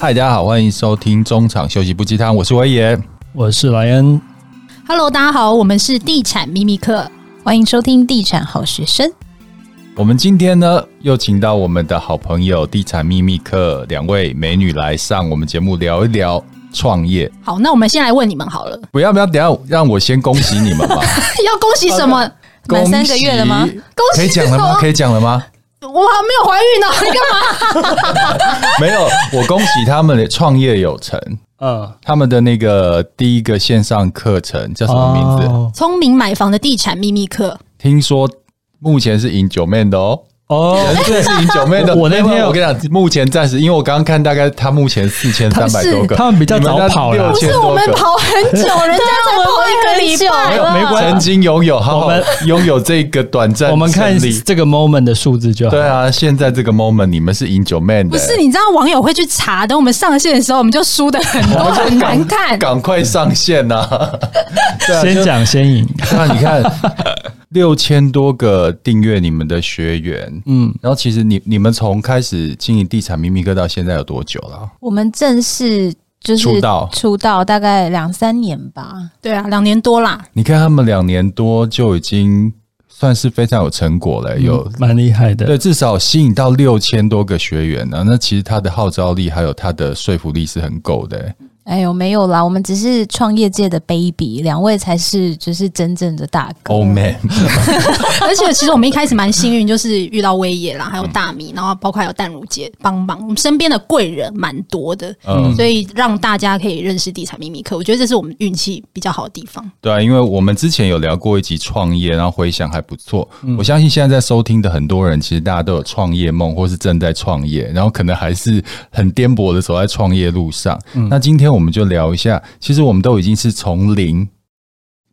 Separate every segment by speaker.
Speaker 1: 嗨，大家好，欢迎收听中场休息不鸡汤，我是维爷。
Speaker 2: 我是莱恩，
Speaker 3: Hello，大家好，我们是地产秘密课。
Speaker 4: 欢迎收听《地产好学生》。
Speaker 1: 我们今天呢，又请到我们的好朋友地产秘密课两位美女来上我们节目聊一聊创业。
Speaker 3: 好，那我们先来问你们好了，
Speaker 1: 不要不要，等一下让我先恭喜你们吧。
Speaker 3: 要恭喜什 么？
Speaker 1: 恭
Speaker 4: 满
Speaker 1: 喜
Speaker 4: 三个月了吗？
Speaker 3: 恭喜
Speaker 1: 可以讲了
Speaker 3: 什
Speaker 1: 吗？
Speaker 3: 么
Speaker 1: 可以讲了吗？
Speaker 3: 我还没有怀孕呢、啊 你干嘛？
Speaker 1: 没有，我恭喜他们的创业有成。
Speaker 2: 嗯，
Speaker 1: 他们的那个第一个线上课程叫什么名字？
Speaker 2: 哦
Speaker 3: 聪明买房的地产秘密课，
Speaker 1: 听说目前是赢九妹的哦，
Speaker 2: 哦，
Speaker 1: 这是赢九妹的。
Speaker 2: 我那天
Speaker 1: 没有
Speaker 2: 有
Speaker 1: 我跟你讲，目前暂时，因为我刚刚看，大概他目前四千三百多个，
Speaker 2: 他们比较早跑啦
Speaker 1: 了，
Speaker 2: 不
Speaker 3: 不是我们跑很久，人家才跑一个礼拜
Speaker 2: 没没关
Speaker 1: 曾经拥有，好
Speaker 2: 我
Speaker 1: 好
Speaker 2: 们
Speaker 1: 拥有这个短暂
Speaker 2: 我们看
Speaker 1: 胜利
Speaker 2: 这个 moment 的数字就好。
Speaker 1: 对啊，现在这个 moment 你们是赢九妹的，
Speaker 3: 不是，你知道网友会去查，等我们上线的时候，我们就输的很多，很难看。
Speaker 1: 赶快上线呐、啊！ 对啊
Speaker 2: 先，讲先赢。
Speaker 1: 就那你看六千多个订阅你们的学员，
Speaker 2: 嗯，
Speaker 1: 然后其实你你们从开始经营地产秘密课到现在有多久了？
Speaker 4: 我们正式就是
Speaker 1: 出道
Speaker 4: 出道大概两三年吧。
Speaker 3: 对啊，两年多啦，
Speaker 1: 你看他们两年多就已经算是非常有成果了，有、
Speaker 2: 嗯蛮厉害的
Speaker 1: 对，，至少吸引到六千多个学员呢、那其实他的号召力还有他的说服力是很够的、
Speaker 4: 哎呦，没有啦，我们只是创业界的 baby，两位才是就是真正的大哥。
Speaker 1: Oh man，
Speaker 3: 而且其实我们一开始蛮幸运，就是遇到威爷啦，还有大米，然后包括还有淡如姐帮忙，我们身边的贵人蛮多的，
Speaker 1: 嗯，
Speaker 3: 所以让大家可以认识地产秘密课，我觉得这是我们运气比较好的地 方。
Speaker 1: 对啊，因为我们之前有聊过一集创业，然后回想还不错。
Speaker 2: 嗯
Speaker 1: 我相信现在在收听的很多人，其实大家都有创业梦，或是正在创业，然后可能还是很颠簸的走在创业路上。那今天我们就聊一下，其实我们都已经是从零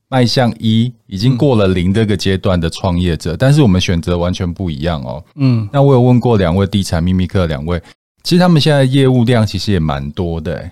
Speaker 1: 迈向一，已经过了零这个阶段的创业者，但是我们选择完全不一样哦。
Speaker 2: 嗯，
Speaker 1: 那我有问过两位地产秘密课两位，其实他们现在业务量其实也蛮多的、欸，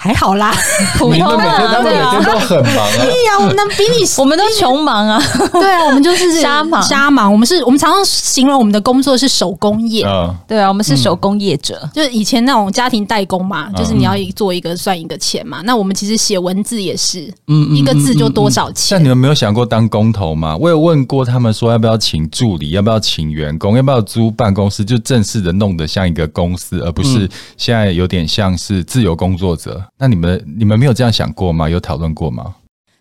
Speaker 3: 还好啦，
Speaker 4: 普
Speaker 1: 你
Speaker 4: 通
Speaker 1: 们每天他们
Speaker 4: 啊，对
Speaker 1: 每天
Speaker 4: 啊，
Speaker 1: 都很忙 啊。
Speaker 3: 对呀，我们能比 你
Speaker 4: 我们都穷忙啊。
Speaker 3: 对啊，我们就是
Speaker 4: 瞎忙
Speaker 3: 瞎忙。我们是我们常常形容我们的工作是手工业，
Speaker 1: 嗯，
Speaker 4: 对啊，我们是手工业者。
Speaker 3: 就是以前那种家庭代工嘛，
Speaker 1: 嗯
Speaker 3: 就是你要一做一个算一个钱嘛。那我们其实写文字也是，
Speaker 2: 嗯
Speaker 3: 一个字就多？少
Speaker 1: 像
Speaker 3: 钱
Speaker 1: 你。们没有想过当工头吗？我有问过他们说要不要请助理，要不要请员工，要不要租办公室，就正式的弄得像一个公司，而不是现在有点像是自由工作者。那你们你们没有这样想过吗？有讨论过吗？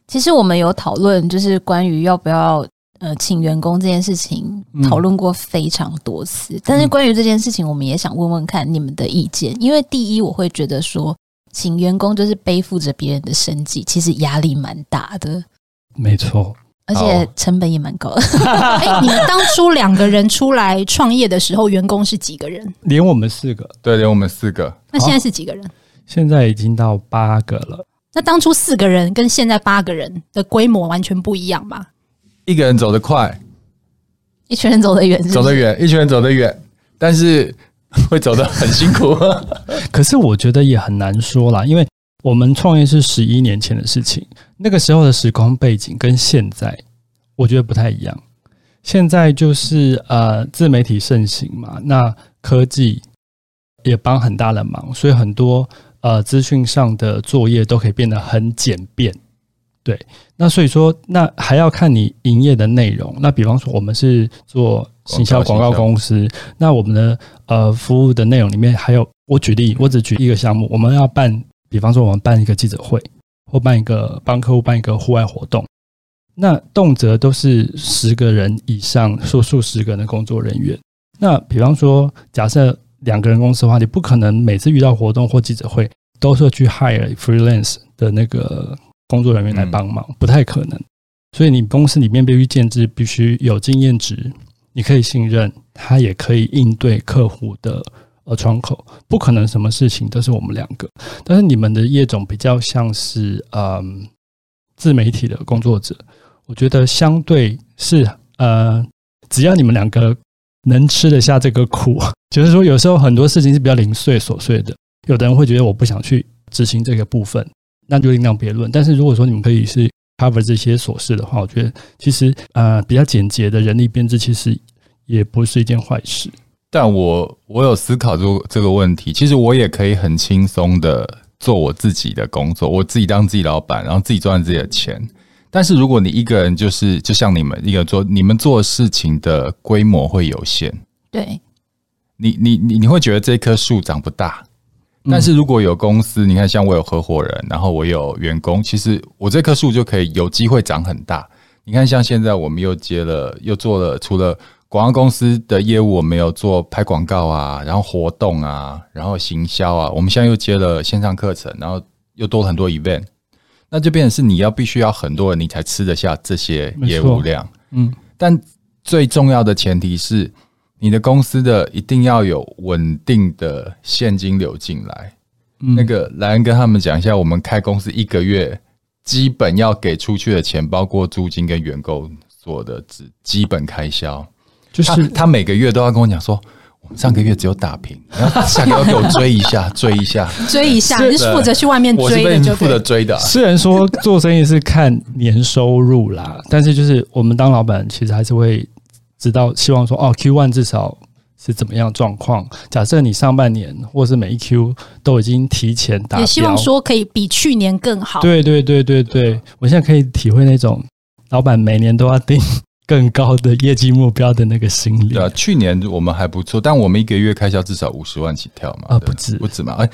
Speaker 4: 其实我们有讨论，就是关于要不要呃请员工这件事情，讨论过非常多次。但是关于这件事情，我们也想问问看你们的意见，因为第一，我会觉得说，请员工就是背负着别人的生计，其实压力蛮大的，
Speaker 2: 嗯没错，
Speaker 4: 而
Speaker 1: 好
Speaker 4: 且成本也蛮 高的。
Speaker 3: 哎、你们当初两个人出来创业的时候，员工是几个人？
Speaker 2: 连我们四个
Speaker 1: 对，连我们四个，
Speaker 3: 那现在是几个人？
Speaker 2: 现在已经到八个了，
Speaker 3: 那当初四个人跟现在八个人的规模完全不一样吧？
Speaker 1: 一个人走得快，
Speaker 4: 一群人走得远是不 是，
Speaker 1: 走得远，一群人走得远，但是会走得很辛苦。
Speaker 2: 可是我觉得也很难说啦，因为我们创业是十一年前的事情，那个时候的时空背景跟现在我觉得不太一样。现在就是呃，自媒体盛行嘛，那科技也帮很大的忙，所以很多呃资讯上的作业都可以变得很简便。对，那所以说，那还要看你营业的内容。那比方说，我们是做行销
Speaker 1: 广
Speaker 2: 广
Speaker 1: 告
Speaker 2: 告公司，那我们的呃服务的内容里面还有，我举例，我只举一个项目，我们要办，比方说我们办一个记者会，或办一个帮客户办一个户外活动，那动辄都是十个人以上，数数十个人的工作人员。那比方说，假设两个人公司的话，你不可能每次遇到活动或记者会都是去 hire 呃 freelance 的那个工作人员来帮忙，不太可能。所以你公司里面必须建制，必须有经验值，你可以信任他，也可以应对客户的呃窗口。不可能什么事情都是我们两个，但是你们的业种比较像是嗯自媒体的工作者，我觉得相对是呃，只要你们两个能吃得下这个苦， 就是说有时候很多事情是比较零碎琐碎的，有的人会觉得我不想去执行这个部分，那就另当别论。但是如果说你们可以是 cover 这些琐事的话，我觉得其实呃比较简洁的人力编制其实也不是一件坏事。
Speaker 1: 但我我有思考过这个问题，其实我也可以很轻松的做我自己的工作，我自己当自己老板，然后自己赚自己的钱。但是如果你一个人就是就像你们一个人做，你们做事情的规模会有限，
Speaker 4: 对，
Speaker 1: 你你你你会觉得这棵树长不大。
Speaker 2: 嗯
Speaker 1: 但是如果有公司，你看像我有合伙人，然后我有员工，其实我这棵树就可以有机会长很大。你看像现在我们又接了，又做了，除了广告公司的业务，我们有做拍广告啊，然后活动啊，然后行销啊，我们现在又接了线上课程，然后又多了很多 event。那就变成是你要必须要很多人，你才吃得下这些业
Speaker 2: 没
Speaker 1: 务
Speaker 2: 错
Speaker 1: 量。
Speaker 2: 嗯，
Speaker 1: 但最重要的前提是，你的公司的一定要有稳定的现金流进来。
Speaker 2: 嗯
Speaker 1: 那个莱恩跟他们讲一下，我们开公司一个月基本要给出去的钱，包括租金跟员工所有的基基本开销。
Speaker 2: 就
Speaker 1: 他
Speaker 2: 是
Speaker 1: 他每个月都要跟我讲说，我们上个月只有打平，然后下个月要给我追一 下，追一下。
Speaker 3: 追一下，
Speaker 2: 是
Speaker 3: 你是负责去外面
Speaker 1: 我是
Speaker 3: 嗯追
Speaker 1: 被
Speaker 3: 的就
Speaker 1: 负
Speaker 3: 对
Speaker 1: 责
Speaker 3: 了。
Speaker 1: 追的啊，
Speaker 2: 虽然说做生意是看年收入啦，但是就是我们当老板其实还是会知道，希望说哦，Q one 至少是怎么样的状况。假设你上半年或是每一 Q 都已经提前达标，
Speaker 3: 也希望说可以比去年更好。
Speaker 2: 对对对对对，我现在可以体会那种老板每年都要定 更高的业绩目标的那个心理
Speaker 1: 对。啊，去年我们还不错，但我们一个月开销至少五十万起跳嘛，
Speaker 2: 啊
Speaker 1: 对
Speaker 2: 不止
Speaker 1: 不止嘛，哎，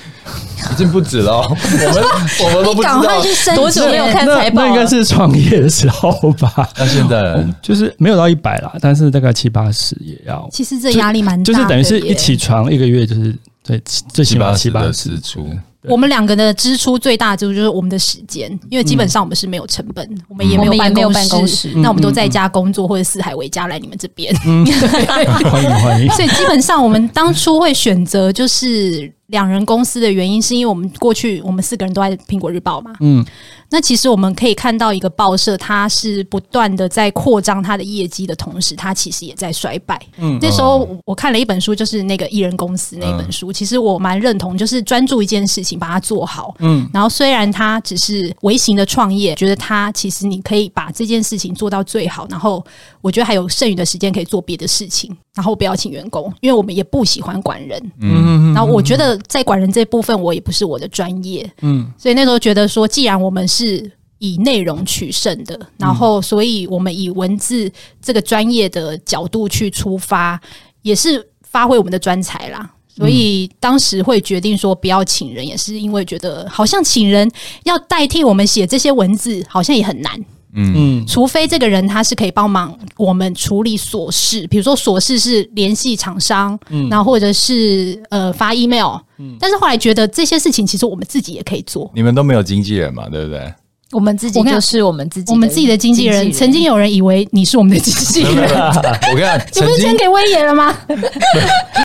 Speaker 1: 已经不止了 哦，我们我们都
Speaker 3: 你
Speaker 1: 不知
Speaker 3: 赶快
Speaker 1: 道。
Speaker 3: 去升级，
Speaker 4: 多久没有看
Speaker 2: 那
Speaker 4: 财报
Speaker 2: 那应该
Speaker 4: 了？
Speaker 2: 是创业的时候吧，
Speaker 1: 那现在
Speaker 2: 就是没有到一百啦，但是大概七八十也要，
Speaker 3: 其实这压力蛮大的
Speaker 2: 就
Speaker 3: 耶，
Speaker 2: 是等于是一起床一个月就是最最
Speaker 1: 七
Speaker 2: 起码
Speaker 1: 八
Speaker 2: 七
Speaker 1: 十
Speaker 2: 八
Speaker 1: 的
Speaker 2: 十
Speaker 1: 支出，
Speaker 3: 我们两个的支出最大就是就是我们的时间，因为基本上我们是没有成本，我们也没
Speaker 4: 我
Speaker 3: 有
Speaker 4: 们也
Speaker 3: 办
Speaker 4: 没有
Speaker 3: 公
Speaker 4: 办
Speaker 3: 室，
Speaker 4: 公室，嗯
Speaker 3: 那我们都在家工作或者四海为家来你们这边，
Speaker 2: 欢迎欢迎。
Speaker 3: 所以基本上我们当初会选择就是两人公司的原因，是因为我们过去我们四个人都在苹果日报嘛，
Speaker 2: 嗯，
Speaker 3: 那其实我们可以看到一个报社，它是不断的在扩张它的业绩的同时，它其实也在衰败。
Speaker 2: 嗯
Speaker 3: 嗯，那时候我我看了一本书，就是那个艺人公司那本书，其实我蛮认同，就是专注一件事情，把它做好。
Speaker 2: 嗯
Speaker 3: 嗯，然后虽然它只是微型的创业，觉得它其实你可以把这件事情做到最好，然后我觉得还有剩余的时间可以做别的事情，然后不要请员工，因为我们也不喜欢管人。
Speaker 2: 嗯
Speaker 3: 然后我觉得在管人这部分，我也不是我的专业，
Speaker 2: 嗯
Speaker 3: 所以那时候觉得说，既然我们是以内容取胜的，然后所以我们以文字这个专业的角度去出发，也是发挥我们的专才啦。所以当时会决定说不要请人，也是因为觉得好像请人要代替我们写这些文字，好像也很难。
Speaker 1: 嗯，
Speaker 2: 嗯
Speaker 3: 除非这个人他是可以帮忙我们处理琐事，比如说琐事是联系厂商，
Speaker 2: 嗯
Speaker 3: 然后或者是呃发 email，、但是后来觉得这些事情其实我们自己也可以做，
Speaker 1: 你们都没有经纪人嘛，对不对？
Speaker 4: 我们自己
Speaker 3: 我跟你
Speaker 4: 就是我们自己，
Speaker 3: 我们自己的经纪人，曾经有人以为你是我们的经纪
Speaker 1: 没有没有没
Speaker 3: 人，
Speaker 1: 有我跟你讲，
Speaker 3: 你不
Speaker 1: 曾
Speaker 3: 是
Speaker 1: 经
Speaker 3: 捐给威爷了吗？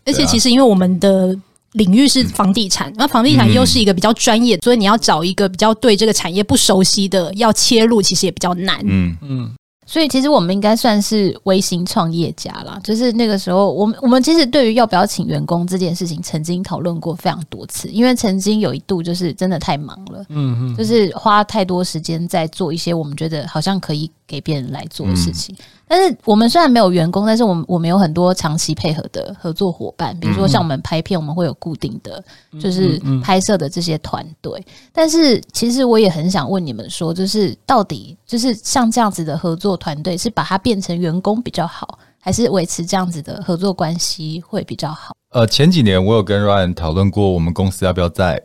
Speaker 3: 而且其实因为我们的领域是房地产，那房地产又是一个比较专业，所以你要找一个比较对这个产业不熟悉的要切入，其实也比较难。
Speaker 1: 嗯，
Speaker 2: 嗯
Speaker 4: 所以其实我们应该算是微型创业家啦，就是那个时候，我们我们其实对于要不要请员工这件事情，曾经讨论过非常多次，因为曾经有一度就是真的太忙了，
Speaker 2: 嗯嗯，
Speaker 4: 就是花太多时间在做一些我们觉得好像可以给别人来做的事
Speaker 2: 嗯
Speaker 4: 情。但是我们虽然没有员工，但是我们我们有很多长期配合的合作伙伴，比如说像我们拍片，我们会有固定的就
Speaker 2: 嗯
Speaker 4: 是
Speaker 2: 嗯嗯
Speaker 4: 拍摄的这些团队。但是其实我也很想问你们说，就是到底就是像这样子的合作团队，是把它变成员工比较好，还是维持这样子的合作关系会比较好？
Speaker 1: 呃，前几年我有跟 Ryan 讨论过，我们公司要不要再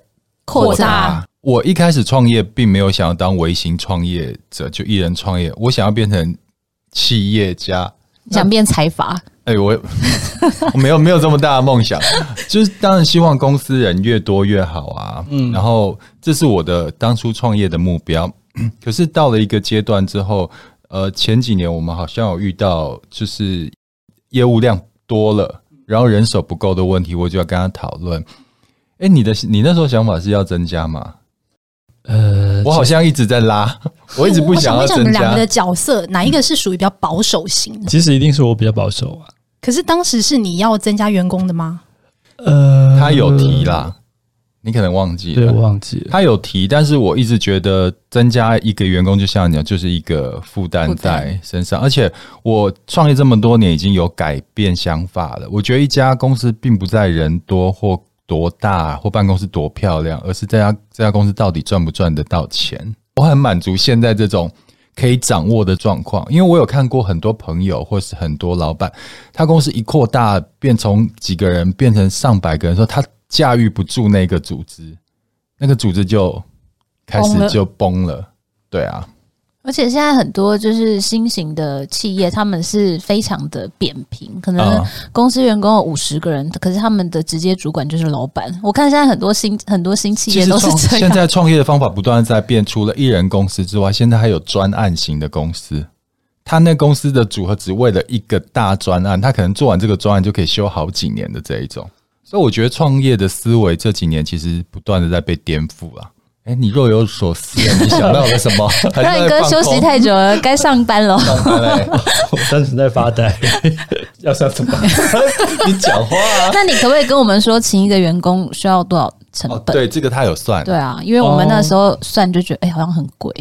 Speaker 4: 扩
Speaker 3: 大。
Speaker 1: 我一开始创业并没有想要当微型创业者，就一人创业，我想要变成企业家。
Speaker 4: 想变财阀，
Speaker 1: 哎、 我我没有没有这么大的梦想，就是当然希望公司人越多越好啊。嗯，然后这是我的当初创业的目标。可是到了一个阶段之后，呃，前几年我们好像有遇到就是业务量多了，然后人手不够的问题，我就要跟他讨论。哎、你的你那时候想法是要增加吗？
Speaker 2: 呃，
Speaker 1: 我好像一直在拉， 我一直不
Speaker 3: 我想
Speaker 1: 要
Speaker 3: 问一下
Speaker 1: 增
Speaker 3: 你们两
Speaker 1: 加
Speaker 3: 个。的角色，哪一个是属于比较保守型的？
Speaker 2: 其实一定是我比较保守啊。
Speaker 3: 可是当时是你要增加员工的吗？
Speaker 2: 呃，
Speaker 1: 他有提啦，你可能忘记
Speaker 2: 对我
Speaker 1: 了。
Speaker 2: 忘记了，
Speaker 1: 他有提，但是我一直觉得增加一个员工，就像你讲，就是一个负担
Speaker 4: 负担
Speaker 1: 在身上。而且我创业这么多年，已经有改变想法了。我觉得一家公司并不在人多或多大或办公室多漂亮，而是这家这家公司到底赚不赚得到钱。我很满足现在这种可以掌握的状况，因为我有看过很多朋友或是很多老板，他公司一扩大，变从几个人变成上百个人的时候，他驾驭不住那个组织，那个组织就开
Speaker 4: 崩
Speaker 1: 始
Speaker 4: 了
Speaker 1: 就崩了。对啊，
Speaker 4: 而且现在很多就是新型的企业，他们是非常的扁平，可能
Speaker 1: 啊、
Speaker 4: 公司员工有五十个人，可是他们的直接主管就是老板。我看现在很多新很多新企
Speaker 1: 其
Speaker 4: 业
Speaker 1: 实
Speaker 4: 都是
Speaker 1: 创
Speaker 4: 这
Speaker 1: 现
Speaker 4: 样，
Speaker 1: 在创业的方法不断在变，除了一人公司之外，现在还有专案型的公司。他那公司的组合只为了一个大专案，他可能做完这个专案就可以休好几年的这一种。所以我觉得创业的思维这几年其实不断的在被颠覆了。哎、你若有所思，你想到了什 么？还
Speaker 4: 让
Speaker 1: 是在
Speaker 4: 你哥
Speaker 1: 放
Speaker 4: 休息
Speaker 1: 空
Speaker 4: 太久了，该上班了。
Speaker 1: 上班嘞
Speaker 2: 我当时在发呆，要上什么？
Speaker 1: 你讲话啊！
Speaker 4: 那你可不可以跟我们说，请一个员工需要多少成
Speaker 1: 哦，
Speaker 4: 本？
Speaker 1: 对，这个他有算，
Speaker 4: 对啊，因为我们那时候算就觉得，哎、好像很贵。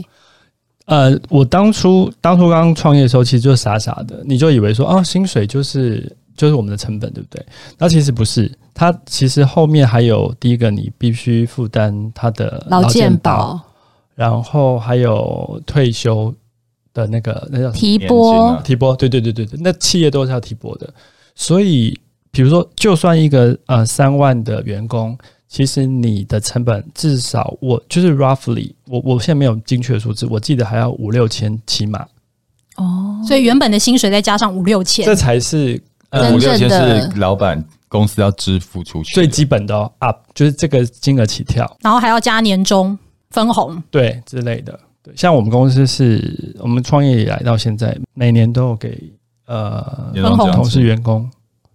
Speaker 2: 呃，我当初当初刚创业的时候，其实就傻傻的，你就以为说哦，薪水就是就是我们的成本，对不对？那其实不是，它其实后面还有第一个，你必须负担他的
Speaker 4: 劳健
Speaker 2: 健
Speaker 4: 保、
Speaker 2: 然后还有退休的那个那叫什么
Speaker 4: 提
Speaker 1: 年金
Speaker 4: 拨
Speaker 1: 啊，
Speaker 2: 提拨，对对对对对，那企业都是要提拨的。所以，比如说，就算一个呃三万的员工，其实你的成本至少我就是 roughly，我我现在没有精确的数字，我记得还要五六千起码，
Speaker 4: 哦，
Speaker 3: 所以原本的薪水再加上五六千
Speaker 2: 这，才是
Speaker 1: 呃五六
Speaker 4: 真正
Speaker 1: 千
Speaker 4: 的
Speaker 1: 是老板公司要支付出去的，
Speaker 2: 最基本的、哦、up，就是这个金额起跳，
Speaker 3: 然后还要加年终分红，
Speaker 2: 对之类的。对，像我们公司是我们创业以来到现在，每年都有给呃
Speaker 1: 年终
Speaker 3: 分红
Speaker 1: 奖
Speaker 2: 同
Speaker 1: 金
Speaker 2: 事员工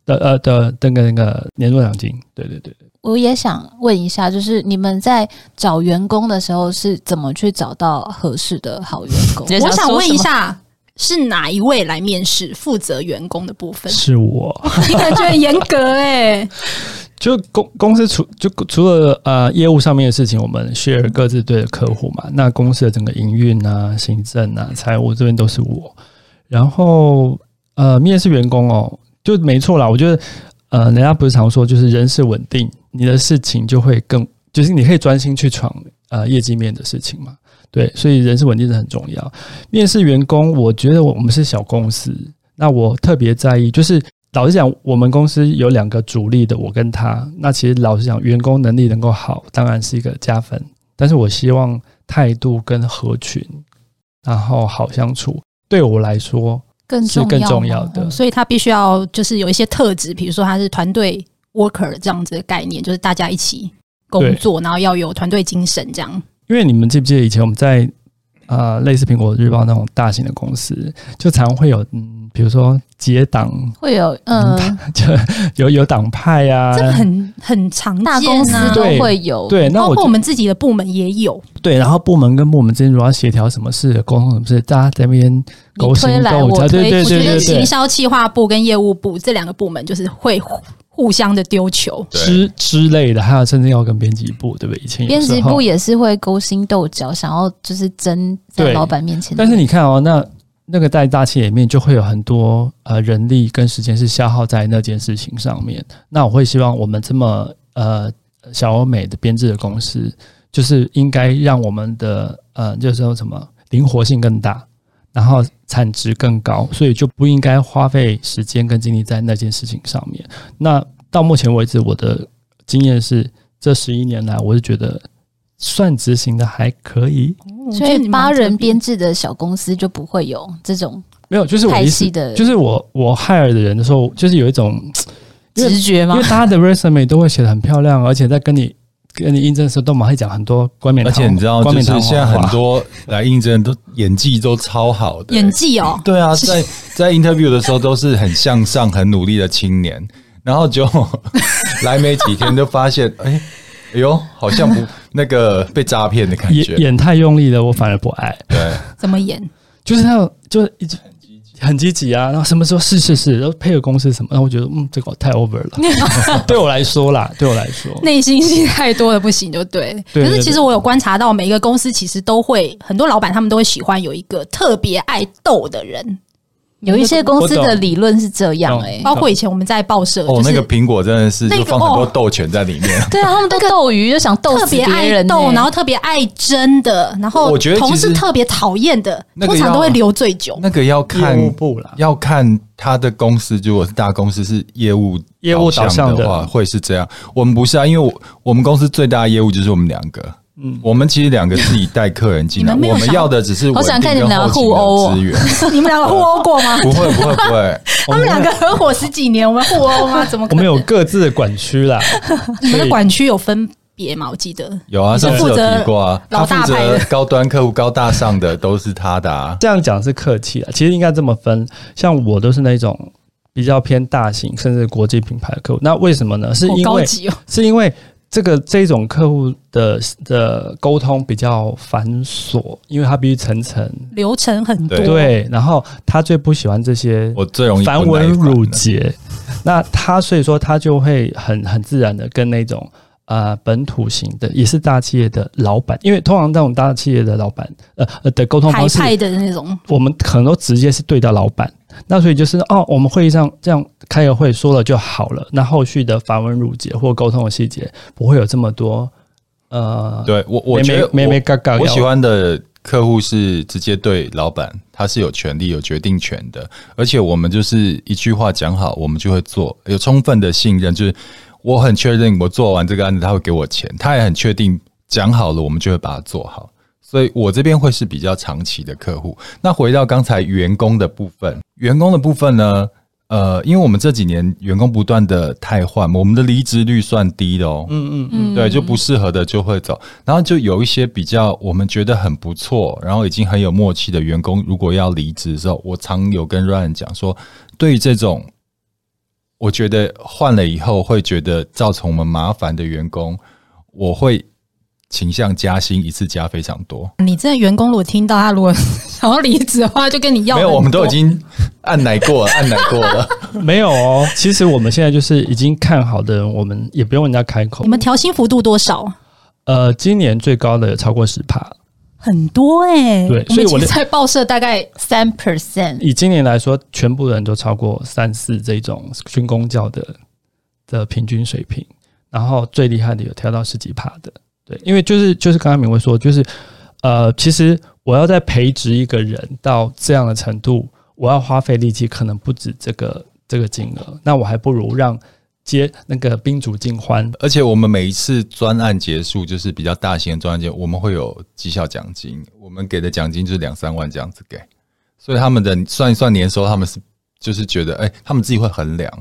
Speaker 2: 的呃的那个那个年终奖金，对对对。
Speaker 4: 我也想问一下，就是你们在找员工的时候是怎么去找到合适的好员工？
Speaker 3: 我想问一，下。是哪一位来面试负责员工的部 分？
Speaker 2: 是我，
Speaker 3: 你感觉很严格哎、
Speaker 2: 就公公司除就除了呃业务上面的事情，我们 share 各自对的客户嘛，那公司的整个营运啊、行政啊、财务这边都是我。然后呃，面试员工哦，就没错啦。我觉得呃，人家不是常说，就是人事稳定，你的事情就会更，就是你可以专心去闯呃业绩面的事情嘛。对，所以人事稳定是很重要。面试员工，我觉得我我们是小公司，那我特别在意，就是老实讲，我们公司有两个主力的，我跟他。那其实老实讲，员工能力能够好，当然是一个加分。但是我希望态度跟合群，然后好相处，对我来说
Speaker 4: 更
Speaker 2: 是更重要
Speaker 4: 吗
Speaker 2: 的。
Speaker 3: 所以他必须要就是有一些特质，比如说他是团队 worker 这样子的概念，就是大家一起工作，然后要有团队精神这样。
Speaker 2: 因为你们记不记得以前我们在呃类似苹果日报那种大型的公司，就常会有嗯，比如说结党，
Speaker 4: 会有嗯，
Speaker 2: 就有有党派呀、
Speaker 3: 这个
Speaker 2: 啊，
Speaker 3: 很很常见、啊，
Speaker 4: 大公司都会有。
Speaker 2: 对，哎那
Speaker 3: 包
Speaker 2: 我
Speaker 3: 括
Speaker 2: 就
Speaker 3: 我们自己的部门也有，
Speaker 2: 对，然后部门跟部门之间如果要协调什么事、沟通什么事，大家在那边勾心
Speaker 4: 推来
Speaker 2: 斗角，对
Speaker 4: 我推
Speaker 2: 对对
Speaker 4: 我觉
Speaker 2: 对
Speaker 4: 得
Speaker 2: 对
Speaker 3: 行，销企划部跟业务部这两个部门就是会互互相的丢球。
Speaker 1: 对
Speaker 2: 之之类的，还有甚至要跟编辑部，对不对？以前有
Speaker 4: 编辑
Speaker 2: 时候
Speaker 4: 部也是会勾心斗角，想要就是争在
Speaker 2: 对
Speaker 4: 老板面前的。
Speaker 2: 但是你看哦，那那个在大企业里面就会有很多呃人力跟时间是消耗在那件事情上面。那我会希望我们这么呃小而美的编制的公司，就是应该让我们的呃就是说什么灵活性更大，然后产值更高，所以就不应该花费时间跟精力在那件事情上面。那到目前为止，我的经验是这十一年来，我是觉得算执行的还可以。
Speaker 4: 所以八人编制的小公司就不会有这种
Speaker 2: 没有，就是我的
Speaker 4: 派
Speaker 2: 意思
Speaker 4: 系，的，
Speaker 2: 就是我我 hire 的人的时候，就是有一种，因为
Speaker 4: 直觉
Speaker 2: 因
Speaker 4: 吗
Speaker 2: 为？大家的 resume 都会写的很漂亮，而且在跟你跟你应征的时候，都马上会讲很多冠冕
Speaker 1: 而
Speaker 2: 堂皇，
Speaker 1: 且你知道，
Speaker 2: 冠
Speaker 1: 就
Speaker 2: 冕堂
Speaker 1: 是
Speaker 2: 皇
Speaker 1: 现
Speaker 2: 的
Speaker 1: 在很
Speaker 2: 话
Speaker 1: 多来应征都演技都超好的、
Speaker 3: 演技哦，
Speaker 1: 对啊， 在在 interview 的时候都是很向上、很努力的青年，然后就 来没几天就发现，哎、哎呦，好像 不那个被诈骗的感
Speaker 2: 演
Speaker 1: 觉。
Speaker 2: 演太用力了，我反而不爱，
Speaker 1: 对，
Speaker 3: 怎么演？
Speaker 2: 就是那种就是一直很积极啊，然后什么时候是是是，然后配合公司什么，然后我觉得嗯，这个太 over 了，对我来说啦，对我来说，
Speaker 3: 内心戏太多了不行，就对了。
Speaker 2: 对对
Speaker 3: 可是其实
Speaker 2: 对
Speaker 3: 我有观察到，每一个公司其实都会很多老板，他们都会喜欢有一个特别爱斗的人，
Speaker 4: 有一些公司
Speaker 2: 我
Speaker 4: 的
Speaker 2: 懂
Speaker 4: 理论是这样
Speaker 2: 懂
Speaker 4: 哎、
Speaker 3: 包括以前我们在报社，
Speaker 1: 哦，
Speaker 3: 就是
Speaker 1: 那个苹果真的是
Speaker 3: 那个哦
Speaker 1: 就放很多豆犬在里 面。
Speaker 4: 对啊，他们都斗鱼就想斗
Speaker 3: 特
Speaker 4: 死
Speaker 3: 别
Speaker 4: 别
Speaker 3: 爱
Speaker 4: 人、欸，
Speaker 3: 斗，然后特别爱争的，然后
Speaker 1: 我觉得其
Speaker 3: 同
Speaker 1: 实
Speaker 3: 事特别讨厌的，
Speaker 1: 那个
Speaker 3: 通
Speaker 1: 要
Speaker 3: 常都会留最久。
Speaker 1: 那个要看
Speaker 2: 业务部啦，
Speaker 1: 要看他的公司，如果是大公司是业务
Speaker 2: 业务导向的
Speaker 1: 的话，会是这样。我们不是啊，因为我我们公司最大的业务就是我们两个。
Speaker 2: 嗯
Speaker 1: 我们其实两个自己带客人进来，
Speaker 3: 你们没有
Speaker 1: 我们
Speaker 3: 想
Speaker 1: 要的只是
Speaker 4: 好想
Speaker 1: 稳定
Speaker 4: 看你们
Speaker 1: 跟
Speaker 4: 俩
Speaker 1: 后勤
Speaker 4: 互
Speaker 1: 的
Speaker 4: 殴哦
Speaker 1: 资源。
Speaker 3: 你们两个互殴过 吗？
Speaker 1: 不会不会不会，
Speaker 2: 我
Speaker 3: 他们两个合伙十几年，我们互殴 吗？怎么
Speaker 2: 我
Speaker 3: 可
Speaker 2: 们
Speaker 3: 能？
Speaker 2: 有各自的管区啦，
Speaker 3: 你们
Speaker 2: 所
Speaker 3: 的
Speaker 2: 以
Speaker 3: 管区有分别吗？我记得
Speaker 1: 有啊，
Speaker 3: 你是
Speaker 1: 上次
Speaker 3: 负
Speaker 1: 有
Speaker 3: 责
Speaker 1: 提过啊，他
Speaker 3: 老大
Speaker 1: 负
Speaker 3: 派
Speaker 1: 责
Speaker 3: 的
Speaker 1: 高端客户高大上的都是他的啊。
Speaker 2: 这样讲是客气啊，其实应该这么分。像我都是那种比较偏大型甚至国际品牌的客户，那为什么呢？是
Speaker 3: 好
Speaker 2: 因
Speaker 3: 高
Speaker 2: 为
Speaker 3: 级哦，
Speaker 2: 是因为这个这种客户的的沟通比较繁琐，因为他必须层层
Speaker 3: 流程很多。
Speaker 1: 对
Speaker 2: 对，然后他最不喜欢这些
Speaker 1: 我最容易
Speaker 2: 繁
Speaker 1: 不耐
Speaker 2: 文
Speaker 1: 烦
Speaker 2: 缛
Speaker 1: 了
Speaker 2: 节。那他所以说他就会很很自然的跟那种呃本土型的也是大企业的老板，因为通常这种大企业的老板呃呃的沟通
Speaker 3: 海
Speaker 2: 方式，
Speaker 3: 派的那种，
Speaker 2: 我们可能都直接是对到老板。那所以就是哦，我们会议上这样开个会说了就好了，那后续的繁文缛节或沟通的细节不会有这么多呃，
Speaker 1: 对我我
Speaker 2: 妹
Speaker 1: 觉
Speaker 2: 妹
Speaker 1: 得
Speaker 2: 妹
Speaker 1: 我
Speaker 2: 妹嘎嘎要，
Speaker 1: 我喜欢的客户是直接对老板，他是有权利、有决定权的，而且我们就是一句话讲好，我们就会做，有充分的信任，就是我很确认我做完这个案子，他会给我钱，他也很确定讲好了，我们就会把它做好。所以我这边会是比较长期的客户。那回到刚才员工的部分，员工的部分呢？呃，因为我们这几年员工不断的汰换，我们的离职率算低的哦。
Speaker 2: 嗯嗯嗯，
Speaker 3: 嗯，
Speaker 1: 对，就不适合的就会走。然后就有一些比较我们觉得很不错，然后已经很有默契的员工，如果要离职的时候，我常有跟 Ryan 讲说，对于这种我觉得换了以后会觉得造成我们麻烦的员工，我会倾向加薪，一次加非常多。
Speaker 3: 你这员工如果听到他如果想要离职的话，就跟你要
Speaker 1: 没有，
Speaker 3: 很
Speaker 1: 我们都
Speaker 3: 多
Speaker 1: 已经按奶过了，按奶过了。
Speaker 2: 没有哦。其实我们现在就是已经看好的人，我们也不用人家开口
Speaker 3: 你。们调薪幅度多少？
Speaker 2: 呃，今年最高的有超过十趴，
Speaker 3: 很多哎、
Speaker 4: 欸
Speaker 2: 对
Speaker 3: 我
Speaker 2: 所以
Speaker 3: 们
Speaker 2: 我
Speaker 3: 其
Speaker 2: 的
Speaker 3: 实在报社大概
Speaker 4: 三 percent，
Speaker 2: 以今年来说，全部人都超过三四这种军工教的的平均水平，然后最厉害的有跳到十几趴的，对，因为就是就是刚刚明慧说，就是呃，其实我要再培植一个人到这样的程度，我要花费力气可能不止这个这个金额，那我还不如让接那个宾主尽欢，
Speaker 1: 而且我们每一次专案结束，就是比较大型的专案结束，我们会有绩效奖金，我们给的奖金就是两三万这样子给，所以他们的算一算年收，他们是就是觉得，哎、他们自己会衡量，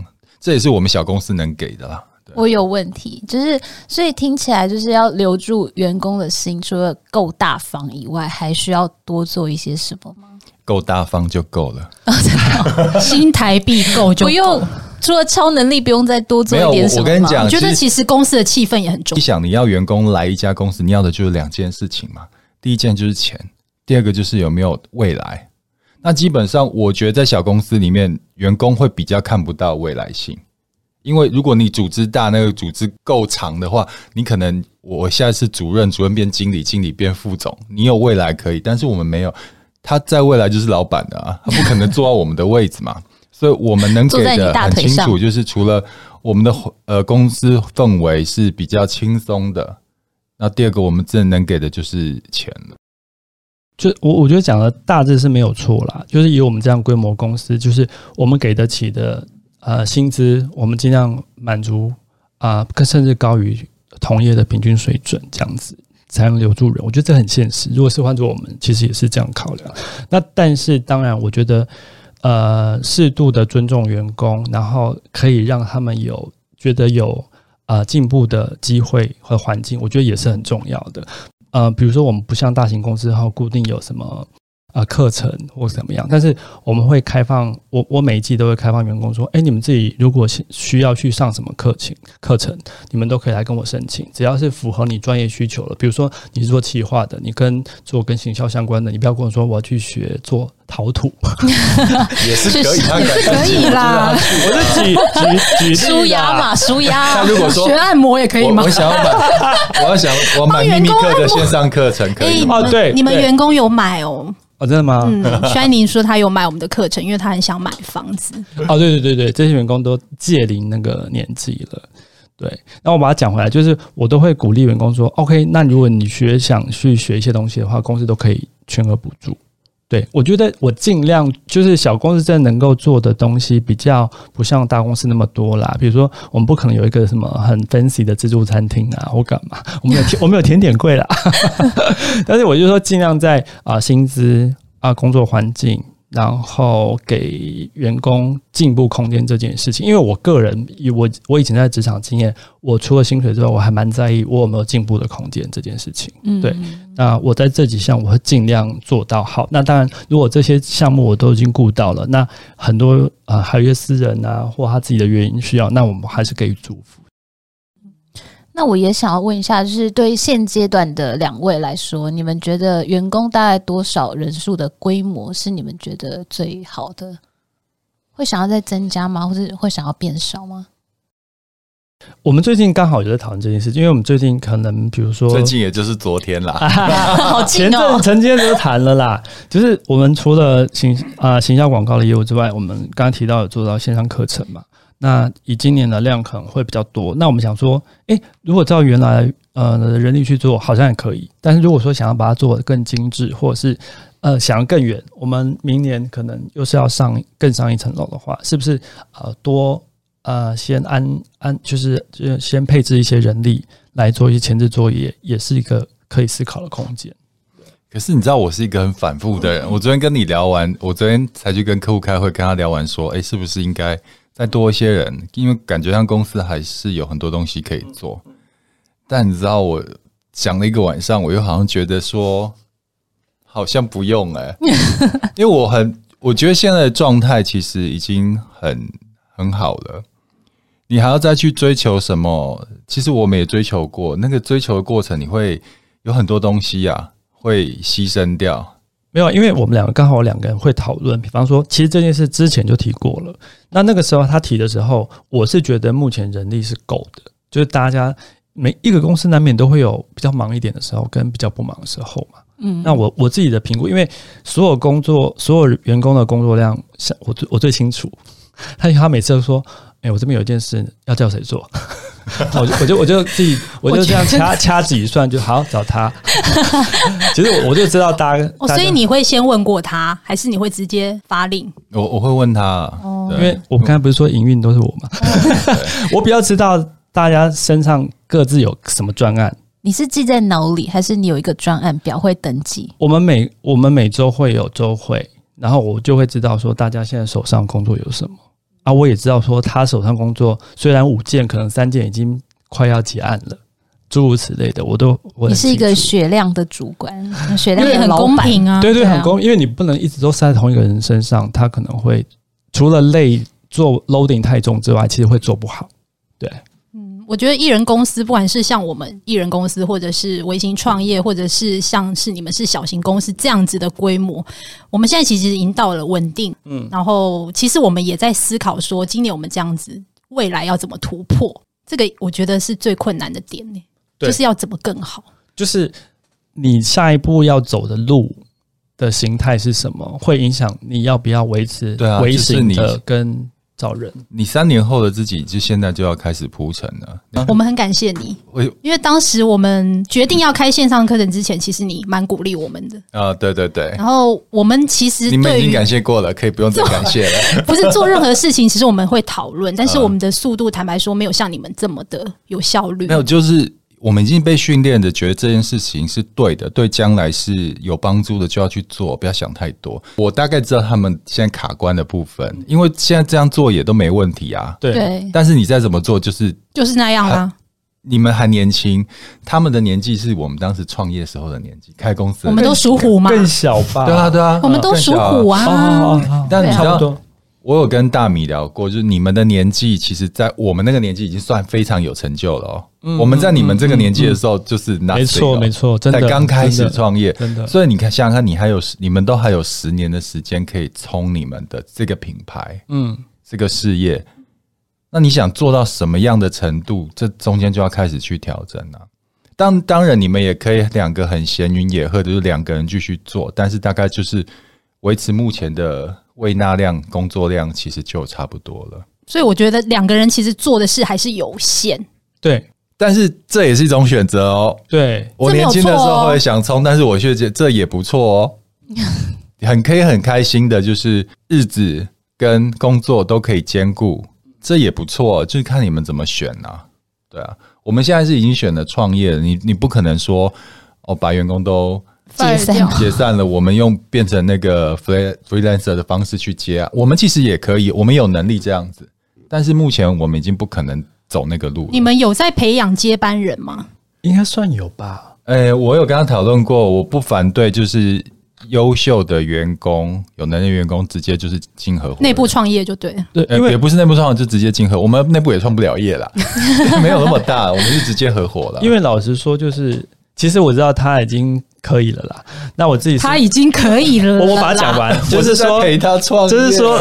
Speaker 1: 这也是我们小公司能给的啦。
Speaker 4: 我有问题，就是所以听起来就是要留住员工的心，除了够大方以外，还需要多做一些什么吗？
Speaker 1: 够大方就够了，
Speaker 3: 新台币够就够
Speaker 4: 不用，除了超能力，不用再多做
Speaker 1: 没有
Speaker 4: 一点
Speaker 1: 我
Speaker 4: 什么
Speaker 1: 我跟你
Speaker 4: 吗
Speaker 1: 讲
Speaker 3: 我觉得
Speaker 1: 其实
Speaker 3: 其实公司的气氛也很重
Speaker 1: 你想，你要员工来一家公司，你要的就是两件事情嘛。第一件就是钱，第二个就是有没有未来。那基本上，我觉得在小公司里面，员工会比较看不到未来性，因为如果你组织大，那个组织够长的话，你可能我现在是主任，主任变经理，经理变副总，你有未来可以，但是我们没有。他在未来就是老板的啊，他不可能坐到我们的位置嘛，所以我们能
Speaker 4: 坐
Speaker 1: 给
Speaker 4: 在你
Speaker 1: 的
Speaker 4: 大
Speaker 1: 很
Speaker 4: 腿
Speaker 1: 清
Speaker 4: 上
Speaker 1: 楚，就是除了我们的呃公司氛围是比较轻松的，那第二个我们真的能给的就是钱了。
Speaker 2: 就我我觉得讲的大致是没有错啦，就是以我们这样规模公司，就是我们给得起的呃薪资，我们尽量满足啊，更、甚至高于同业的平均水准，这样子才能留住人。我觉得这很现实。如果是换做我们，其实也是这样考量。那但是当然，我觉得呃适度的尊重员工，然后可以让他们有觉得有呃进步的机会和环境，我觉得也是很重要的。呃，比如说我们不像大型公司，然后固定有什么啊课程或怎么样，但是我们会开放，我我每一季都会开放员工说，哎、你们自己如果是需要去上什么课程课程，你们都可以来跟我申请，只要是符合你专业需求的，比如说你是做企划的，你跟做跟行销相关的，你不要跟我说我要去学做陶土，
Speaker 1: 也是可以，
Speaker 4: 是
Speaker 1: 他
Speaker 4: 也
Speaker 1: 感
Speaker 4: 是
Speaker 1: 觉
Speaker 4: 可以啦
Speaker 1: 就是他去
Speaker 2: 我是举举举
Speaker 4: 舒
Speaker 2: 例啦
Speaker 4: 压嘛，舒压
Speaker 1: 那。如果说
Speaker 3: 学按摩也可以
Speaker 1: 我
Speaker 3: 吗
Speaker 1: 我？想要买，我要想我要买秘
Speaker 3: 帮员
Speaker 1: 密
Speaker 3: 工
Speaker 1: 课的线上课程可以吗？
Speaker 2: 哦对
Speaker 3: 哎你们
Speaker 2: 对
Speaker 3: 员工有买哦。
Speaker 2: 哦，真的吗？
Speaker 3: 嗯， 轩宁说他有买我们的课程，因为他很想买房子。
Speaker 2: 哦，对对对对，这些员工都届龄那个年纪了。对，那我把它讲回来，就是我都会鼓励员工说，OK，那如果你学想去学一些东西的话，公司都可以全额补助。对我觉得我尽量就是小公司真的能够做的东西，比较不像大公司那么多啦。比如说，我们不可能有一个什么很 fancy 的自助餐厅啊，或干嘛，我们有甜 我们有甜点柜啦。但是我就说，尽量在啊、薪资啊、工作环境，然后给员工进步空间这件事情，因为我个人，以我我以前在职场经验，我除了薪水之外，我还蛮在意我有没有进步的空间这件事情。
Speaker 4: 嗯
Speaker 2: 对那我在这几项我会尽量做到好。那当然，如果这些项目我都已经顾到了，那很多啊、呃还有一些私人啊或他自己的原因需要，那我们还是给予祝福。
Speaker 4: 那我也想要问一下，就是对现阶段的两位来说，你们觉得员工大概多少人数的规模是你们觉得最好的？会想要再增加吗？或者会想要变少吗？
Speaker 2: 我们最近刚好也在讨论这件事，情，因为我们最近可能比如说
Speaker 1: 最近也就是昨天啦，
Speaker 4: 好
Speaker 2: 前
Speaker 4: 近
Speaker 2: 阵
Speaker 4: 哦！
Speaker 2: 曾经都谈了啦，就是我们除了行啊、行销广告的业务之外，我们刚刚提到有做到线上课程嘛。那以今年的量可能会比较多，那我们想说，诶，如果照原来呃的人力去做，好像也可以。但是如果说想要把它做得更精致，或者是呃想要更远，我们明年可能又是要上更上一层楼的话，是不是呃多呃先安安就是就是先配置一些人力来做一些前置作业，也是一个可以思考的空间。
Speaker 1: 可是你知道我是一个很反复的人，我昨天跟你聊完，我昨天才去跟客户开会，跟他聊完说，哎、是不是应该再多一些人？因为感觉上公司还是有很多东西可以做。但你知道我想了一个晚上，我又好像觉得说，好像不用哎、因为我很，我觉得现在的状态其实已经很很好了。你还要再去追求什么？其实我们也追求过，那个追求的过程，你会有很多东西呀、会牺牲掉。
Speaker 2: 没有，因为我们两个刚好两个人会讨论，比方说，其实这件事之前就提过了。那那个时候他提的时候，我是觉得目前人力是够的，就是大家每一个公司难免都会有比较忙一点的时候，跟比较不忙的时候嘛。
Speaker 4: 嗯，
Speaker 2: 那我我自己的评估，因为所有工作所有员工的工作量，像我最我最清楚。 他他每次都说：“哎、我这边有一件事要叫谁做？” 我就我就我就自己我就这样
Speaker 4: 我觉得
Speaker 2: 掐掐指一算，就好找他。 其实我我就知道大家，
Speaker 3: 哦，
Speaker 2: 大家
Speaker 3: 所以你会先问过他，还是你会直接发令？
Speaker 1: 我我会问他，对
Speaker 4: 哦
Speaker 2: 因为我刚才不是说营运都是我嘛， 我比较知道大家身上各自有什么专案。
Speaker 4: 你是记在脑里，还是你有一个专案表会登记？
Speaker 2: 我们每我们每周会有周会，然后我就会知道说大家现在手上工作有什么啊，我也知道说他手上工作虽然五件，可能三件已经快要结案了，诸如此类的，我都我很
Speaker 4: 你是一个
Speaker 2: 清楚
Speaker 4: 雪亮的主管，雪
Speaker 3: 因
Speaker 4: 亮
Speaker 3: 为
Speaker 4: 的
Speaker 3: 很
Speaker 4: 老
Speaker 3: 公
Speaker 4: 板。
Speaker 3: 平啊。
Speaker 2: 对对，
Speaker 4: 对啊
Speaker 2: 很公，因为你不能一直都塞在同一个人身上，他可能会除了累做 loading 太重之外，其实会做不好。
Speaker 3: 我觉得艺人公司，不管是像我们艺人公司，或者是微型创业，或者是像是你们是小型公司这样子的规模，我们现在其实已经到了稳定。嗯，然后其实我们也在思考说，今年我们这样子，未来要怎么突破？这个我觉得是最困难的点呢、
Speaker 2: 对
Speaker 3: 就是要怎么更好。
Speaker 2: 就是你下一步要走的路的形态是什么，会影响你要不要维持
Speaker 1: 对啊
Speaker 2: 微
Speaker 1: 就是
Speaker 2: 型
Speaker 1: 你
Speaker 2: 的跟找人。
Speaker 1: 你三年后的自己，就现在就要开始铺陈了。
Speaker 3: 我们很感谢你，
Speaker 1: 我
Speaker 3: 因为当时我们决定要开线上课程之前，其实你蛮鼓励我们的。
Speaker 1: 啊、对对对，
Speaker 5: 哎
Speaker 3: 然后我们其实
Speaker 1: 你们已
Speaker 3: 对
Speaker 1: 经
Speaker 3: 于
Speaker 1: 感谢过了，可以不用再感谢了。
Speaker 3: 不是做任何事情，其实我们会讨论，但
Speaker 5: 嗯
Speaker 3: 是我们的速度，坦白说，没有像你们这么的有效率
Speaker 1: 没。有，就是我们已经被训练的，觉得这件事情是对的，对将来是有帮助的，就要去做，不要想太多。我大概知道他们现在卡关的部
Speaker 3: 嗯
Speaker 1: 分，因为现在这样做也都没问题啊。
Speaker 2: 对，
Speaker 4: 对，
Speaker 1: 但是你再怎么做，就是
Speaker 5: 啊
Speaker 3: 就是那样啦、啊
Speaker 1: 你们还年轻，他们的年纪是我们当时创业时候的年纪，开公司的
Speaker 3: 我们都属虎嘛，
Speaker 5: 更小吧？
Speaker 1: 对啊对啊，
Speaker 3: 我们都属虎啊。
Speaker 5: 哦，哦哦哦
Speaker 1: 但你知
Speaker 4: 对啊
Speaker 5: 差不
Speaker 1: 道，
Speaker 5: 多。
Speaker 1: 我有跟大米聊过，就是你们的年纪，其实，在我们那个年纪已经算非常有成就了哦。
Speaker 5: 嗯
Speaker 1: 我们在你们这个年纪的时候，就是
Speaker 2: 没错没
Speaker 1: 错，
Speaker 2: 错，真
Speaker 1: 才
Speaker 2: 的
Speaker 1: 刚开
Speaker 2: 真
Speaker 1: 始
Speaker 2: 的
Speaker 1: 创业，
Speaker 2: 真的
Speaker 1: 所以你看，想想看，你还有十你们都还有十年的时间可以冲你们的这个品牌、
Speaker 5: 嗯，
Speaker 1: 这个事业。那你想做到什么样的程度？这中间就要开始去调整了、当当然，你们也可以两个很闲云野鹤，就是两个人继续做，但是大概就是维持目前的喂纳量、工作量，其实就差不多了。
Speaker 3: 所以我觉得两个人其实做的事还是有限。
Speaker 2: 对
Speaker 1: 但是这也是一种选择哦。
Speaker 2: 对，
Speaker 1: 我
Speaker 3: 这没
Speaker 1: 年
Speaker 3: 有
Speaker 1: 轻的时
Speaker 3: 错
Speaker 1: 候
Speaker 3: 哦
Speaker 1: 会想冲，但是我却觉得这也不错 哦，很可以很开心的，就是日子跟工作都可以兼顾，这也不错，哦就是看你们怎么选啊。对啊，我们现在是已经选了创业了，你你不可能说哦把员工都
Speaker 4: 解散
Speaker 3: 掉
Speaker 1: 解散了，我们用变成那个 free- freelancer 的方式去接啊，我们其实也可以，我们有能力这样子，但是目前我们已经不可能走那个路了
Speaker 3: 你。们有在培养接班人吗？
Speaker 5: 应该算有吧。
Speaker 1: 哎、我有跟他讨论过，我不反对，就是优秀的员工、有能力的员工直接就是进合伙人
Speaker 3: 内部，创业就对了，
Speaker 5: 对，
Speaker 1: 呃
Speaker 5: 因为
Speaker 1: 也不是内部创，就直接进合。我们内部也创不了业 啦，没有那么大，我们就直接合伙了。
Speaker 5: 因为老实说，就是其实我知道他已经可以了啦。那我自己是
Speaker 3: 已经可以了
Speaker 5: 我我把它讲，完，
Speaker 1: 我
Speaker 5: 就是
Speaker 1: 在
Speaker 5: 说，
Speaker 1: 陪他创业啊，
Speaker 5: 就是说，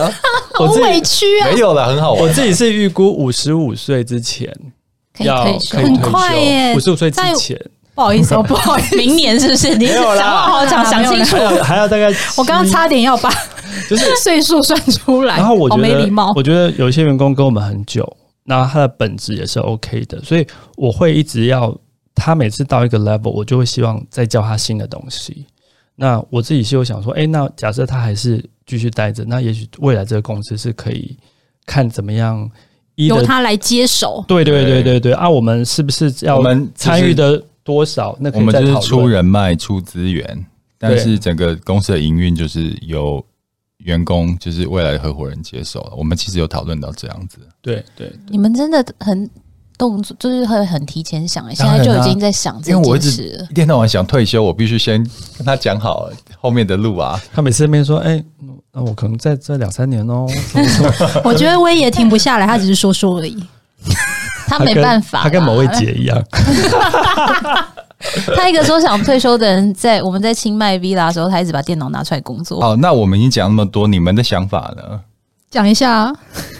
Speaker 3: 好
Speaker 5: 我自己
Speaker 3: 委屈啊，
Speaker 1: 没有啦，很好
Speaker 5: 我
Speaker 1: 玩。
Speaker 5: 自己是预估五十五岁之前
Speaker 4: 可以
Speaker 5: 要
Speaker 4: 退
Speaker 5: 可
Speaker 4: 休
Speaker 5: 以
Speaker 3: 很
Speaker 5: 退休，
Speaker 3: 快耶
Speaker 5: 五十五岁之
Speaker 3: 在
Speaker 5: 前
Speaker 3: 不好意思，哦，不好意思，
Speaker 4: 明年是不是？你
Speaker 5: 没
Speaker 4: 想
Speaker 5: 有啦
Speaker 4: 好好讲想清楚
Speaker 5: 还。要还要 大概
Speaker 3: 我刚刚
Speaker 5: 七
Speaker 3: 差点要把
Speaker 5: 就是
Speaker 3: 岁数算出来，
Speaker 5: 然后我
Speaker 3: 好
Speaker 5: 觉
Speaker 3: 没礼
Speaker 5: 得
Speaker 3: 貌，
Speaker 5: 我觉得有一些员工跟我们很久，那他的本质也是 OK 的，所以我会一直要他每次到一个 level，我就会希望再教他新的东西。那我自己就想说，哎、那假设他还是继续待着，那也许未来这个公司是可以看怎么样一
Speaker 3: 由
Speaker 5: 的，
Speaker 3: 他来 接手。
Speaker 5: 对对对对对啊，我们是不是 要
Speaker 1: 我们就是
Speaker 5: 参与的多少？那可
Speaker 1: 我
Speaker 5: 以
Speaker 1: 们
Speaker 5: 再
Speaker 1: 就是
Speaker 5: 讨
Speaker 1: 出
Speaker 5: 论。
Speaker 1: 人脉、出资源，但
Speaker 5: 对
Speaker 1: 是整个公司的营运就是由员工，就是未来的合伙人接手了。我们其实有讨论到这样子。
Speaker 5: 对对，
Speaker 4: 你们真的很动作，就是会很提前想，现
Speaker 1: 当然啊
Speaker 4: 在就已经在想这
Speaker 1: 因为我一
Speaker 4: 件
Speaker 1: 直
Speaker 4: 事了。
Speaker 1: 一天到晚想退休，我必须先跟他讲好后面的路啊。
Speaker 5: 他每次在那边说，哎、嗯那我可能在这两三年 哦、什么什么
Speaker 3: 我觉得威也停不下来，他只是说说而已。
Speaker 4: 他没
Speaker 5: 跟
Speaker 4: 办法啦，
Speaker 5: 他跟某位姐一样，
Speaker 4: 他一个说想退休的人在，我们在清迈 villa 的时候，他一直把电脑拿出来工
Speaker 3: 哦
Speaker 4: 作。
Speaker 1: 好，那我们已经讲那么多，你们的想法呢？
Speaker 3: 讲一下啊，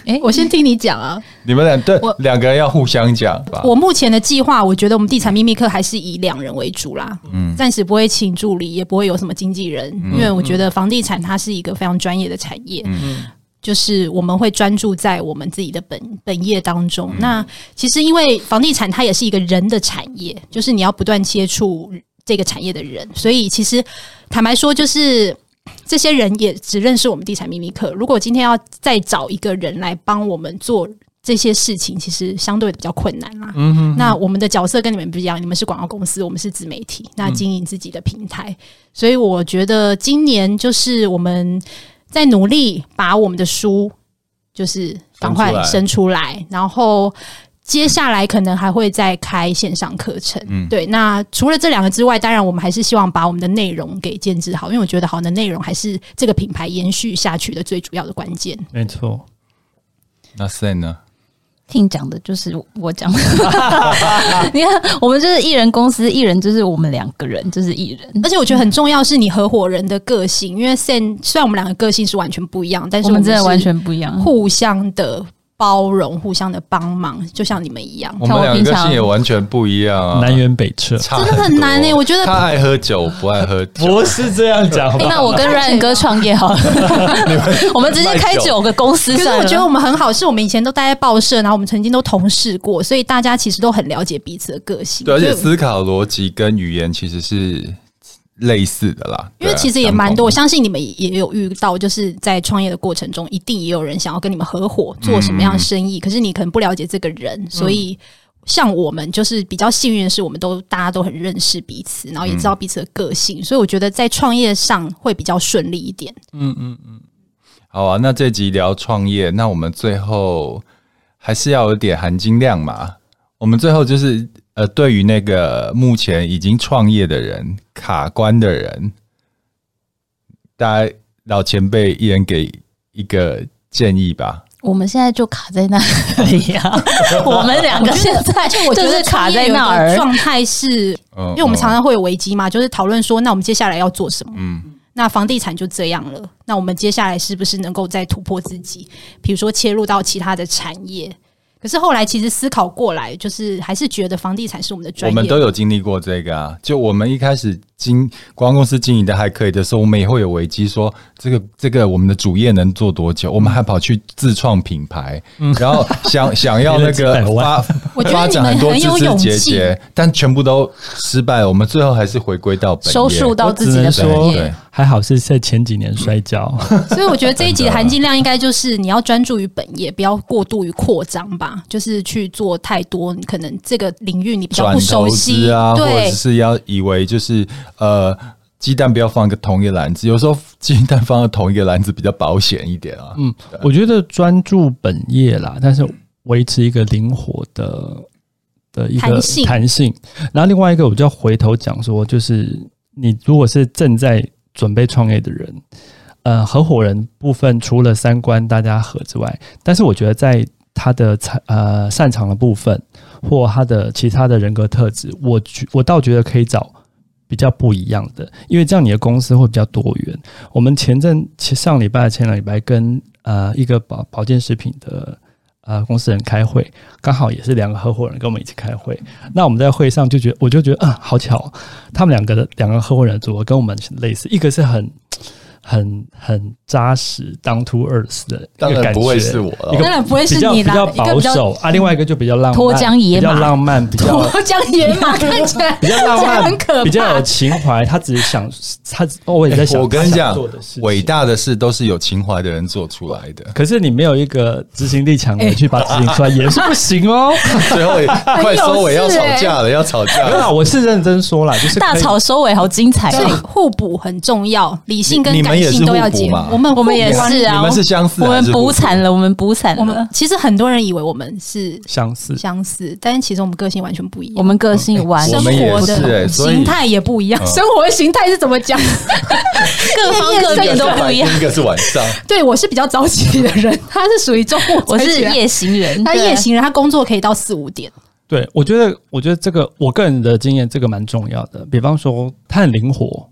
Speaker 4: 哎
Speaker 3: 我先听你讲啊。
Speaker 1: 你们俩对
Speaker 3: 我
Speaker 1: 两个人要互相讲吧。
Speaker 3: 我目前的计划，我觉得我们地产秘密课还是以两人为主啦，嗯，暂时不会请助理，也不会有什么经纪人，因为我觉得房地产它是一个非常专业的产业，
Speaker 1: 嗯
Speaker 3: 就是我们会专注在我们自己的本本业当中。
Speaker 1: 嗯
Speaker 3: 那其实因为房地产它也是一个人的产业，就是你要不断接触这个产业的人，所以其实坦白说，就是这些人也只认识我们地产秘密课。如果今天要再找一个人来帮我们做。这些事情其实相对比较困难啦。嗯那我们的角色跟你们不一样，你们是广告公司，我们是自媒体，那经营自己的平台。所以我觉得今年就是我们在努力把我们的书就是赶快生出来，然后接下来可能还会再开线上课程。
Speaker 1: 嗯
Speaker 3: 对，那除了这两个之外，当然我们还是希望把我们的内容给建制好，因为我觉得好的内容还是这个品牌延续下去的最主要的关键。
Speaker 5: 没错。
Speaker 1: 那 Sen 呢？
Speaker 4: 听讲的就是我讲的，你看，我们就是艺人公司，艺人就是我们两个人，就是艺人。
Speaker 3: 而且我觉得很重要是你合伙人的个性，因为 Sen 虽然我们两个个性是完全不一样，但是
Speaker 4: 我们真的
Speaker 3: 是
Speaker 4: 完全不一样，
Speaker 3: 互相的包容、互相的帮忙，就像你们一样。
Speaker 1: 我
Speaker 4: 看
Speaker 1: 们
Speaker 4: 我
Speaker 1: 两个
Speaker 4: 平
Speaker 1: 个性
Speaker 4: 常
Speaker 1: 也完全不一样啊，
Speaker 5: 南辕北辙。
Speaker 1: 差
Speaker 3: 真的很难
Speaker 1: 多
Speaker 3: 欸我觉得
Speaker 1: 他爱喝酒，我不爱喝酒。
Speaker 5: 不是这样讲，好
Speaker 4: 欸
Speaker 5: 吧？
Speaker 4: 那我跟 Ryan 哥创业好了， 我们直接开九个公司
Speaker 3: 可是
Speaker 4: 算了。
Speaker 3: 我觉得我们很好，是我们以前都待在报社，然后我们曾经都同事过，所以大家其实都很了解彼此的个性。
Speaker 1: 对，而且
Speaker 3: 所以
Speaker 1: 思考逻辑跟语言其实是类似的啦。
Speaker 3: 因为
Speaker 1: 对啊
Speaker 3: 其实也蛮多，我。相信你们也有遇到，就是在创业的过程中，一定也有人想要跟你们合伙做什么
Speaker 1: 嗯
Speaker 3: 样的生意，可是你可能不了解这个人，所以。像我们就是比较幸运的是，我们都大家都很认识彼此，然后也知道
Speaker 1: 嗯
Speaker 3: 彼此的个性，所以我觉得在创业上会比较顺利一点。
Speaker 5: 嗯嗯嗯，
Speaker 1: 好啊，那这集聊创业，那我们最后还是要有点含金量嘛。我们最后就是呃，对于那个目前已经创业的人、卡关的人，大家老前辈一人给一个建议吧。
Speaker 4: 我们现在就卡在那里呀、 我们两个现在
Speaker 3: 我觉
Speaker 4: 就
Speaker 3: 得
Speaker 4: 是卡在那
Speaker 3: 创业有一个
Speaker 4: 儿。
Speaker 3: 状态是，
Speaker 1: 嗯，
Speaker 3: 因为我们常常会有危机嘛，就是讨论说，那我们接下来要做什么？
Speaker 1: 嗯
Speaker 3: 那房地产就这样了，那我们接下来是不是能够再突破自己？比如说切入到其他的产业。可是后来其实思考过来，就是还是觉得房地产是我们的
Speaker 1: 我
Speaker 3: 专业。
Speaker 1: 们都有经历过这个啊。就我们一开始经广告公司经营的还可以的时候，我们也会有危机，说这个这个我们的主业能做多
Speaker 3: 嗯
Speaker 1: 久？我们还跑去自创品牌，然后想想要 那
Speaker 2: 别
Speaker 1: 个
Speaker 2: 人几百
Speaker 1: 发
Speaker 2: 万
Speaker 3: 我觉
Speaker 1: 发
Speaker 3: 得你
Speaker 1: 展
Speaker 3: 们
Speaker 1: 很多
Speaker 3: 很
Speaker 1: 枝
Speaker 3: 有
Speaker 1: 枝
Speaker 3: 勇
Speaker 1: 节
Speaker 3: 气，
Speaker 1: 节，但全部都失败了。我们最后还是回归到本业
Speaker 4: 收束到
Speaker 2: 我
Speaker 4: 自
Speaker 2: 只
Speaker 4: 己的
Speaker 2: 能
Speaker 4: 本
Speaker 2: 说
Speaker 4: 业，
Speaker 1: 对
Speaker 2: 还好是在前几年摔跤，
Speaker 3: 所以我觉得这一集的
Speaker 1: 真的
Speaker 3: 含金量应该就是你要专注于本业，不要过度于扩张吧，就是去做太多你可能这个领域你比较
Speaker 1: 转
Speaker 3: 不熟
Speaker 1: 投
Speaker 3: 悉，
Speaker 1: 资啊，或者
Speaker 3: 对，
Speaker 1: 是要以为就是呃。鸡蛋不要放个同一个篮子，有时候鸡蛋放在同一个篮子比较保险一点啊。
Speaker 2: 嗯，我觉得专注本业啦，但是维持一个灵活的的一个
Speaker 3: 弹性
Speaker 2: 弹性。然后另外一个，我就要回头讲说，就是你如果是正在准备创业的人，呃，合伙人部分除了三观大家合之外，但是我觉得在他的才呃擅长的部分或他的其他的人格特质，我觉我倒觉得可以找比较不一样的，因为这样你的公司会比较多元。我们前阵前上礼拜前两礼拜跟呃一个保保健食品的呃公司人开会，刚好也是两个合伙人跟我们一起开会。那我们在会上就觉得，我就觉得啊、好巧，他们两个的两个合伙人的组合跟我们类似，一个是很。很很扎实，当 to earth 的
Speaker 1: 当
Speaker 2: 一个
Speaker 1: 然
Speaker 2: 感觉，
Speaker 1: 不会是我了，
Speaker 2: 一个
Speaker 3: 当然不会是
Speaker 2: 比较
Speaker 3: 你
Speaker 2: 比
Speaker 3: 啦，
Speaker 2: 较
Speaker 3: 一个
Speaker 2: 保
Speaker 3: 比较
Speaker 2: 守啊，另外一个就比较浪漫，
Speaker 4: 脱缰野
Speaker 2: 比较
Speaker 4: 马
Speaker 2: 浪漫，比 较
Speaker 3: 我讲野马看起来
Speaker 2: 比较浪漫，
Speaker 3: 很可怕
Speaker 2: 比较有情怀。他只是想，他哎我也在想，
Speaker 1: 哎我跟你
Speaker 2: 他想
Speaker 1: 讲
Speaker 2: 做的事，情，
Speaker 1: 伟。大的事都是有情怀的人做出来的
Speaker 2: 可是你没有一个执行力
Speaker 3: 哎
Speaker 2: 强的人去把它执行出来，也是不行哦。
Speaker 1: 最后也快收尾要
Speaker 3: 很有事
Speaker 1: 吵
Speaker 3: 欸
Speaker 1: 架了，要吵架
Speaker 2: 没有啦，
Speaker 1: 了。
Speaker 2: 我是认真说啦，就是可以
Speaker 4: 大吵收尾，好精彩
Speaker 3: 所以
Speaker 4: 啊！
Speaker 3: 哎 互补很重要，理性跟
Speaker 1: 你你们
Speaker 3: 感
Speaker 1: 也是
Speaker 3: 性都要
Speaker 1: 互补
Speaker 3: 结合
Speaker 1: 嘛。
Speaker 3: 我们
Speaker 4: 我们
Speaker 3: 互补
Speaker 4: 也
Speaker 3: 啊
Speaker 4: 是啊，
Speaker 1: 你们是相似
Speaker 4: 我
Speaker 1: 还
Speaker 4: 们
Speaker 1: 是互
Speaker 4: 补
Speaker 1: 补
Speaker 4: 惨了，我们补惨
Speaker 3: 我们
Speaker 4: 了，
Speaker 3: 其实很多人以为我们是
Speaker 2: 相似。
Speaker 3: 相似，但是其实我们个性完全不一样。
Speaker 4: 我们个性完
Speaker 1: 哦我
Speaker 3: 生
Speaker 1: 们也
Speaker 3: 活
Speaker 1: 是欸
Speaker 3: 的
Speaker 1: 所以
Speaker 3: 形态也不一样，
Speaker 1: 嗯
Speaker 3: 生活的形态是怎么讲？
Speaker 4: 各方各面都不一样。
Speaker 1: 一个是晚上，
Speaker 3: 对我是比较早起的人，他是属于中午，
Speaker 4: 我是，夜行人，
Speaker 3: 他
Speaker 4: 对啊
Speaker 3: 夜行人，他工作可以到四五点。
Speaker 2: 对，我觉得，我觉得这个我个人的经验，这个蛮重要的。比方说，他很灵活，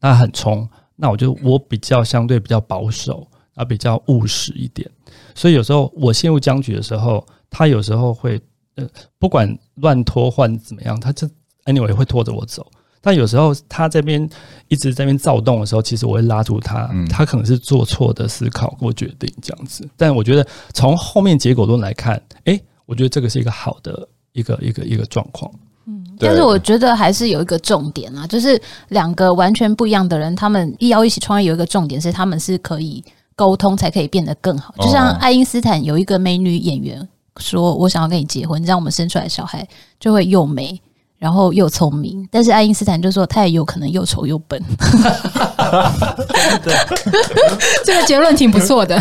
Speaker 2: 他很冲，那我就我比较相对比较保守，啊，比较务实一点。所以有时候我陷入僵局的时候，他有时候会呃，不管乱拖换怎么样，他这 anyway 会拖着我走。但有时候他这边一直在那边躁动的时候，其实我会拉住他，
Speaker 1: 嗯
Speaker 2: 他可能是做错的思考或决定这样子。但我觉得从后面结果论来看，诶，我觉得这个是一个好的一个一个一个状况。
Speaker 4: 但是我觉得还是有一个重点啦，就是两个完全不一样的人，他们一要一起创业，有一个重点是他们是可以沟通，才可以变得更好。
Speaker 1: 哦
Speaker 4: 就像爱因斯坦有一个美女演员说：“我想要跟你结婚，这样我们生出来的小孩就会又美。”然后又聪明，但是爱因斯坦就说他也有可能又丑又笨。
Speaker 3: 这个结论挺不错的，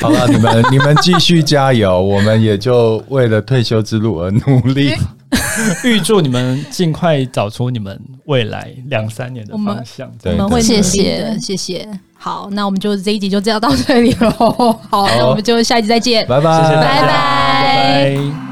Speaker 1: 好了，你们你们继续加油，我们也就为了退休之路而努 力。
Speaker 2: 预祝你们尽快找出你们未来两三年的
Speaker 3: 我们
Speaker 2: 方向。
Speaker 3: 我
Speaker 1: 对
Speaker 3: 们会
Speaker 1: 对
Speaker 3: 努
Speaker 4: 谢
Speaker 3: 力
Speaker 4: 谢
Speaker 3: 的，谢谢。好，那我们就这一集 就这样到这里喽。好，那我们就下一集再见，
Speaker 1: 拜拜，
Speaker 2: 谢谢大家
Speaker 3: 拜拜
Speaker 2: 拜拜